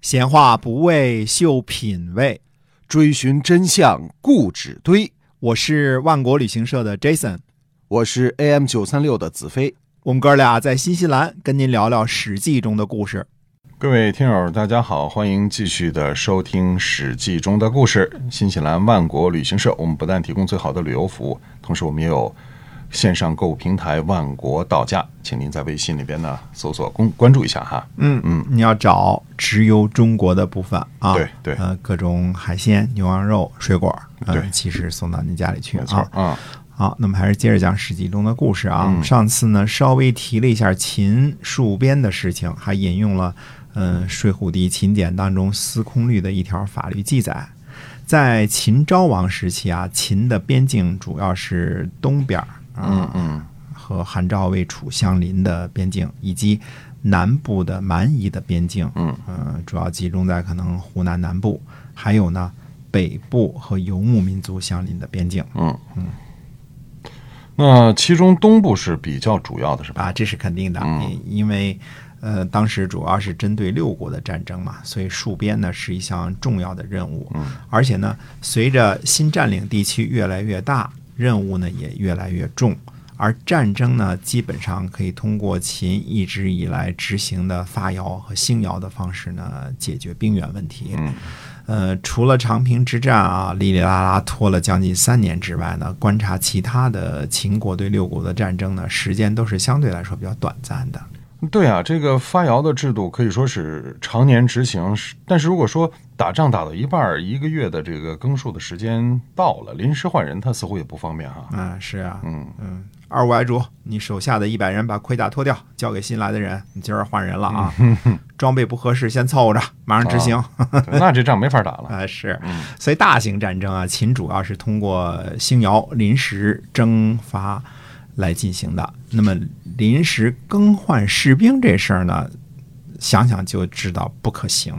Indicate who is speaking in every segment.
Speaker 1: 闲话不为秀品味，
Speaker 2: 追寻真相固执堆。
Speaker 1: 我是万国旅行社的 Jason，
Speaker 2: 我是 AM 九三六的子飞。
Speaker 1: 我们哥俩在新西兰跟您聊聊《史记》中的故事。
Speaker 3: 各位听友，大家好，欢迎继续的收听《史记》中的故事。新西兰万国旅行社，我们不但提供最好的旅游服务，同时我们也有线上购物平台万国到家，请您在微信里边呢搜索关关注一下哈。
Speaker 1: 嗯嗯，你要找直邮中国的部分啊，
Speaker 3: 对对
Speaker 1: 呃，各种海鲜、牛羊肉、水果，呃
Speaker 3: 对
Speaker 1: 其实送到您家里去
Speaker 3: 没错
Speaker 1: 啊。
Speaker 3: 啊，
Speaker 1: 好，那么还是接着讲《史记》中的故事啊。
Speaker 3: 嗯
Speaker 1: 上次呢，稍微提了一下秦戍边的事情，还引用了嗯、呃《睡虎地秦简》当中司空律的一条法律记载。在秦昭王时期啊，秦的边境主要是东边儿啊
Speaker 3: 嗯，嗯
Speaker 1: 和韩赵魏楚相邻的边境，以及南部的蛮夷的边境，
Speaker 3: 嗯
Speaker 1: 呃，主要集中在可能湖南南部，还有呢北部和游牧民族相邻的边境。
Speaker 3: 嗯嗯。那其中东部是比较主要的，是吧？
Speaker 1: 啊，这是肯定的，
Speaker 3: 嗯
Speaker 1: 因为呃，当时主要是针对六国的战争嘛，所以戍边呢是一项重要的任务。
Speaker 3: 嗯，
Speaker 1: 而且呢，随着新占领地区越来越大，任务呢也越来越重。而战争呢，基本上可以通过秦一直以来执行的发徭和兴徭的方式呢，解决兵源问题。
Speaker 3: 嗯
Speaker 1: 呃，除了长平之战啊，哩哩啦啦拖了将近三年之外呢，观察其他的秦国对六国的战争呢，时间都是相对来说比较短暂的。
Speaker 3: 对啊，这个发徭的制度可以说是常年执行，是但是如果说打仗打到一半儿，一个月的这个耕戍的时间到了，临时换人，他似乎也不方 便哈。
Speaker 1: 啊，是啊，
Speaker 3: 嗯
Speaker 1: 嗯，二五矮主，你手下的一百人把盔甲脱掉，交给新来的人，你今儿换人了啊，装备不合适先凑合着，马上执行。
Speaker 3: 对那这仗没法打 了。
Speaker 1: 啊，是，所以大型战争啊，秦主要是通过兴徭临时征伐来进行的。那么临时更换士兵这事儿呢，想想就知道不可行。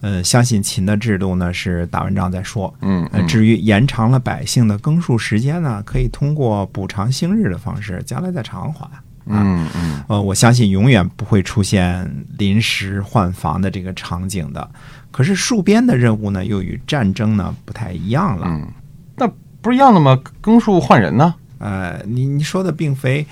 Speaker 1: 呃，相信秦的制度呢是打完仗再说。
Speaker 3: 嗯
Speaker 1: 呃，至于延长了百姓的耕戍时间呢，可以通过补偿兴日的方式，将来再偿还。
Speaker 3: 嗯嗯
Speaker 1: 呃，我相信永远不会出现临时换防的这个场景的。可是戍边的任务呢，又与战争呢不太一样了。
Speaker 3: 嗯，那不是一样的吗？耕戍换人呢？
Speaker 1: 呃，你你说的并非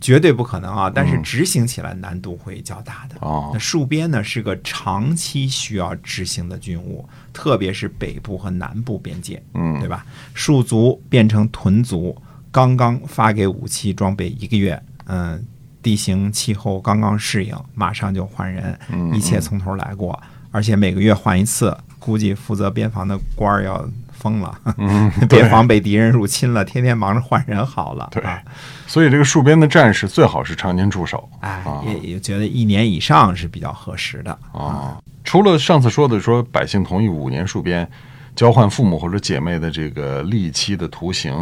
Speaker 1: 绝对不可能啊，但是
Speaker 3: 嗯
Speaker 1: 执行起来难度会较大的。
Speaker 3: 哦
Speaker 1: 那，戍边呢是个长期需要执行的军务，特别是北部和南部边界。对
Speaker 3: 嗯
Speaker 1: 吧？戍卒变成屯卒，刚刚发给武器装备一个月，嗯，地形气候刚刚适应，马上就换人，
Speaker 3: 嗯
Speaker 1: 一切从头来过，而且每个月换一次，估计负责边防的官儿要疯了，
Speaker 3: 嗯，
Speaker 1: 边防被敌人入侵了，天天忙着换人好了，
Speaker 3: 对
Speaker 1: 啊。
Speaker 3: 所以这个戍边的战士最好是常年驻守。
Speaker 1: 哎
Speaker 3: 啊，
Speaker 1: 也也觉得一年以上是比较合适的。
Speaker 3: 哦，除了上次说的说百姓同意五年戍边，交换父母或者姐妹的这个利期的图形，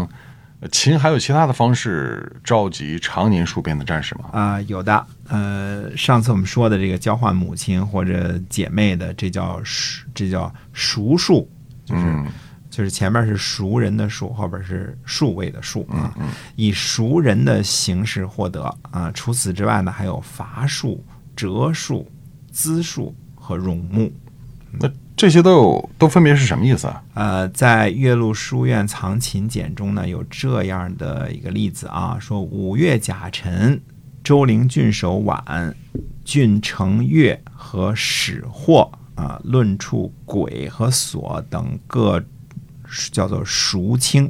Speaker 3: 呃秦还有其他的方式召集常年戍边的战士吗？
Speaker 1: 啊、有的，呃，上次我们说的这个交换母亲或者姐妹的，这叫叔这叫叔数，就是、
Speaker 3: 嗯
Speaker 1: 就是前面是熟人的熟，后边是数位的数啊，以熟人的形式获得啊、除此之外呢，还有伐数、折数、资数和戎木。
Speaker 3: 那这些都有都分别是什么意思啊？
Speaker 1: 呃，在岳麓书院藏秦简中呢，有这样的一个例子啊，说五岳甲辰，周陵郡守婉、郡城越和史获啊，论处鬼和所等各叫做孰卿，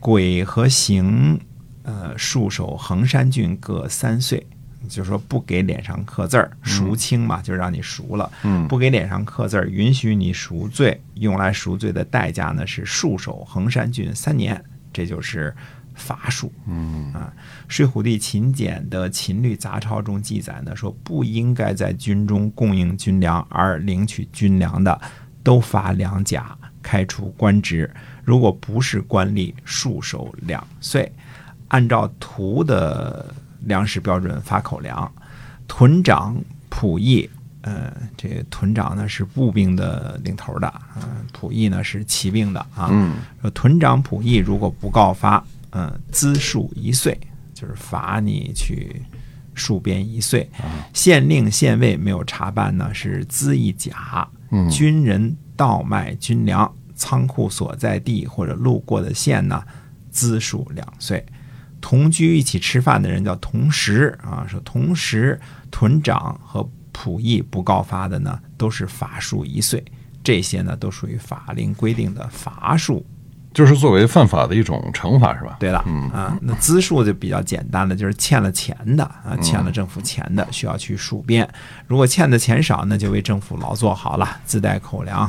Speaker 1: 鬼和行呃戍守衡山郡各三岁。就说不给脸上刻字儿，孰轻嘛，就让你熟了。
Speaker 3: 嗯
Speaker 1: 不给脸上刻字儿，允许你赎罪。用来赎罪的代价呢是戍守衡山郡三年，这就是伐戍。
Speaker 3: 嗯
Speaker 1: 啊，《睡虎地秦简》的《秦律杂抄》中记载呢，说不应该在军中供应军粮而领取军粮的，都罚两甲，开除官职。如果不是官吏，戍守两岁。按照图的粮食标准发口粮，屯长、仆役。呃，这个屯长呢是步兵的领头的，啊、仆役呢是骑兵的啊。
Speaker 3: 嗯，
Speaker 1: 说屯长仆呃役如果不告发，嗯、资数一岁，就是罚你去戍边一岁。
Speaker 3: 啊
Speaker 1: 县令、县尉没有查办呢，是资一甲。
Speaker 3: 嗯
Speaker 1: 军人倒卖军粮，仓库所在地或者路过的县呢，资属两岁。同居一起吃饭的人叫同时啊，说同时屯长和仆役不告发的呢，都是法属一岁。这些呢，都属于法令规定的罚数。
Speaker 3: 就是作为犯法的一种惩罚，是吧？嗯
Speaker 1: 对了，啊，那资数就比较简单了，就是欠了钱的啊，
Speaker 3: 嗯
Speaker 1: 欠了政府钱的需要去戍边。如果欠的钱少，那就为政府劳作好了，自带口粮，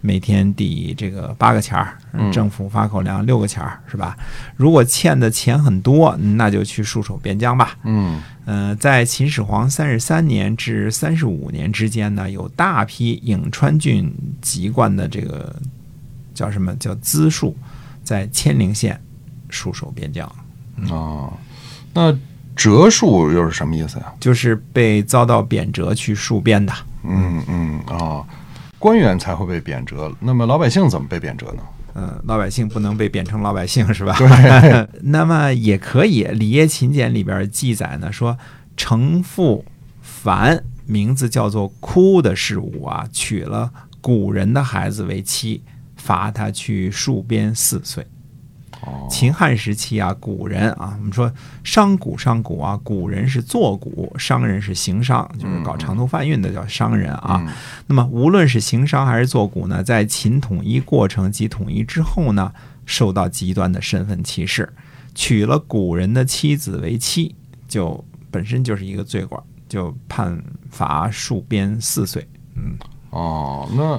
Speaker 1: 每天抵这个八个钱儿，
Speaker 3: 嗯
Speaker 1: 政府发口粮六个钱儿，是吧？如果欠的钱很多，嗯那就去戍守边疆吧。
Speaker 3: 嗯，
Speaker 1: 呃，在秦始皇三十三年至三十五年之间呢，有大批颍川郡籍贯的这个叫什么叫资戍，在骞陵县戍守边疆，
Speaker 3: 哦，那折数又是什么意思呀、
Speaker 1: 就是被遭到贬谪去戍边的。
Speaker 3: 嗯嗯哦，官员才会被贬谪，那么老百姓怎么被贬谪呢？
Speaker 1: 嗯，老百姓不能被贬成老百姓是吧？对。 那么也可以，《里耶秦简》里边记载呢，说程父凡名字叫做哭的事物啊，娶了古人的孩子为妻，罚他去戍边四岁。
Speaker 3: 哦，
Speaker 1: 秦汉时期啊，古人啊，我们说商贾商贾啊，古人是做贾，商人是行商，就是搞长途贩运的叫商人啊。那么无论是行商还是做贾呢，在秦统一过程及统一之后呢，受到极端的身份歧视，娶了古人的妻子为妻，就本身就是一个罪过，就判罚戍边四岁。
Speaker 3: 哦，那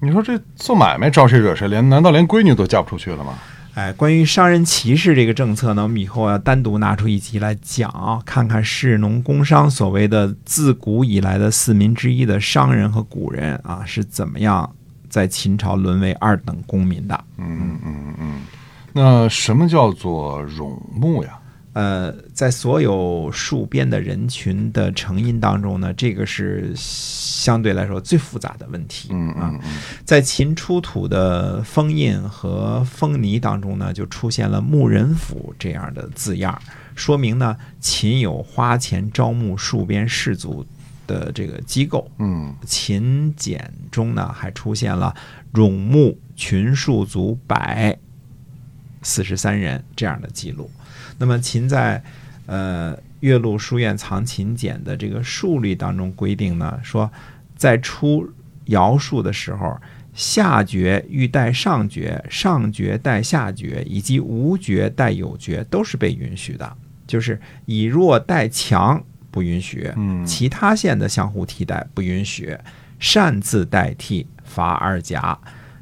Speaker 3: 你说这做买卖招谁惹谁？连难道连闺女都嫁不出去了吗？
Speaker 1: 哎，关于商人歧视这个政策呢，我们以后要单独拿出一集来讲啊，看看士农工商所谓的自古以来的四民之一的商人和古人啊，是怎么样在秦朝沦为二等公民的。
Speaker 3: 嗯嗯嗯，那什么叫做冗牧呀？
Speaker 1: 呃，在所有戍边的人群的成因当中呢，这个是相对来说最复杂的问题。
Speaker 3: 嗯
Speaker 1: 啊，
Speaker 3: 嗯嗯，
Speaker 1: 在秦出土的封印和封泥当中呢，就出现了“牧人府”这样的字样儿，说明呢，秦有花钱招募戍边士族的这个机构。
Speaker 3: 嗯，
Speaker 1: 秦简中呢，还出现了冗牧群戍族百四十三人这样的记录。那么秦在呃《岳麓书院藏秦简》的这个数律当中规定呢，说在出徭戍的时候，下爵欲带上爵，上爵带下爵，以及无爵带有爵，都是被允许的。就是以弱代强不允许，
Speaker 3: 嗯
Speaker 1: 其他县的相互替代不允许，擅自代替罚二甲。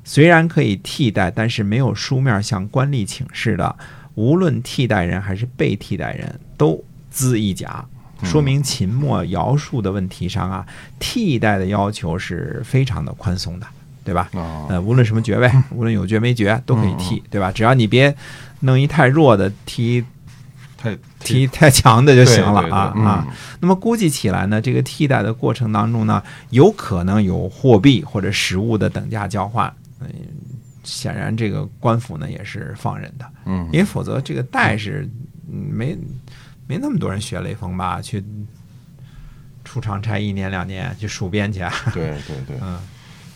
Speaker 1: 虽然可以替代，但是没有书面向官吏请示的，无论替代人还是被替代人，都资一甲。
Speaker 3: 嗯
Speaker 1: 说明秦末徭戍的问题上啊，替代的要求是非常的宽松的，对吧？
Speaker 3: 哦，嗯
Speaker 1: 呃，无论什么爵位，无论有爵没爵都可以替，对吧？只要你别弄一太弱的踢
Speaker 3: 太
Speaker 1: 踢太强的就行了
Speaker 3: 对对对
Speaker 1: 啊
Speaker 3: 嗯
Speaker 1: 啊！那么估计起来呢，这个替代的过程当中呢，有可能有货币或者实物的等价交换。嗯，显然这个官府呢也是放任的，
Speaker 3: 嗯
Speaker 1: 因为否则这个代是嗯没没那么多人学雷锋吧，去出场差一年两年去戍边去啊。
Speaker 3: 对对对，
Speaker 1: 嗯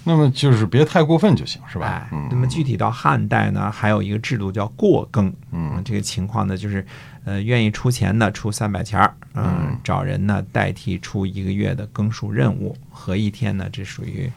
Speaker 3: 那么就是别太过分就行，是吧
Speaker 1: 哎？
Speaker 3: 嗯，
Speaker 1: 那么具体到汉代呢，还有一个制度叫过更，
Speaker 3: 嗯，
Speaker 1: 这个情况呢，就是呃，愿意出钱的出三百钱儿，嗯，找人呢代替出一个月的耕戍任务，合一天呢，这属于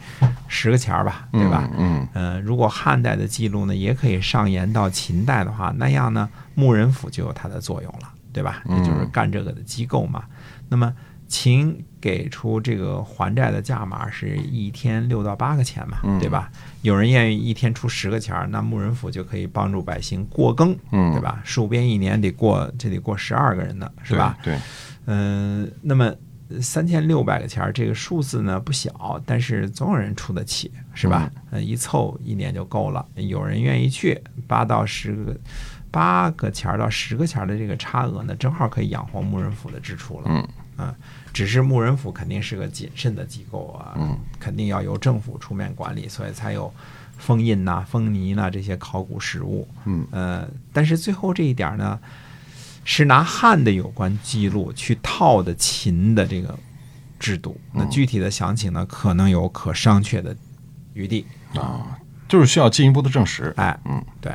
Speaker 1: 十个钱儿吧，对吧？
Speaker 3: 嗯，
Speaker 1: 呃，如果汉代的记录呢，也可以上延到秦代的话，那样呢，牧人府就有它的作用了，对吧？
Speaker 3: 嗯
Speaker 1: 也就是干这个的机构嘛。那么秦给出这个还债的价码是一天六到八个钱嘛，
Speaker 3: 嗯
Speaker 1: 对吧？有人愿意一天出十个钱儿，那牧人府就可以帮助百姓过更，
Speaker 3: 嗯
Speaker 1: 对吧？戍边一年得过，这得过十二个人呢，是
Speaker 3: 对
Speaker 1: 吧？
Speaker 3: 对，
Speaker 1: 嗯，那么三千六百个钱儿这个数字呢不小，但是总有人出得起，是吧？呃，一凑一年就够了。有人愿意去，八到十个，八个钱儿到十个钱儿的这个差额呢，正好可以养活牧人府的支出了。
Speaker 3: 嗯。
Speaker 1: 啊，只是牧人府肯定是个谨慎的机构啊，肯定要由政府出面管理，所以才有封印呐、封泥呐、这些考古实物。
Speaker 3: 嗯，
Speaker 1: 呃，但是最后这一点儿呢，是拿汉的有关记录去套的秦的这个制度。那具体的详情呢，可能有可商榷的余地。
Speaker 3: 啊，就是需要进一步的证实。
Speaker 1: 哎，
Speaker 3: 嗯，
Speaker 1: 对，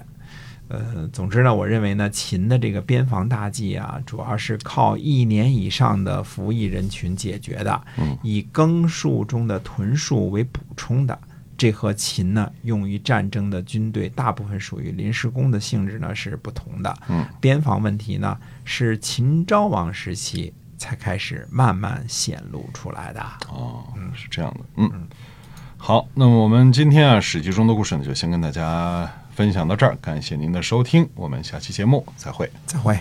Speaker 1: 呃，总之呢，我认为呢，秦的这个边防大计啊，主要是靠一年以上的服役人群解决的，
Speaker 3: 嗯
Speaker 1: 以耕戍中的屯戍为补充的。这和秦呢用于战争的军队大部分属于临时工的性质呢是不同的。
Speaker 3: 嗯，
Speaker 1: 边防问题呢是秦昭王时期才开始慢慢显露出来的。
Speaker 3: 哦，是这样的，嗯，好，那么我们今天啊《史记》中的故事呢，就先跟大家分享到这儿，感谢您的收听，我们下期节目再会。
Speaker 1: 再会。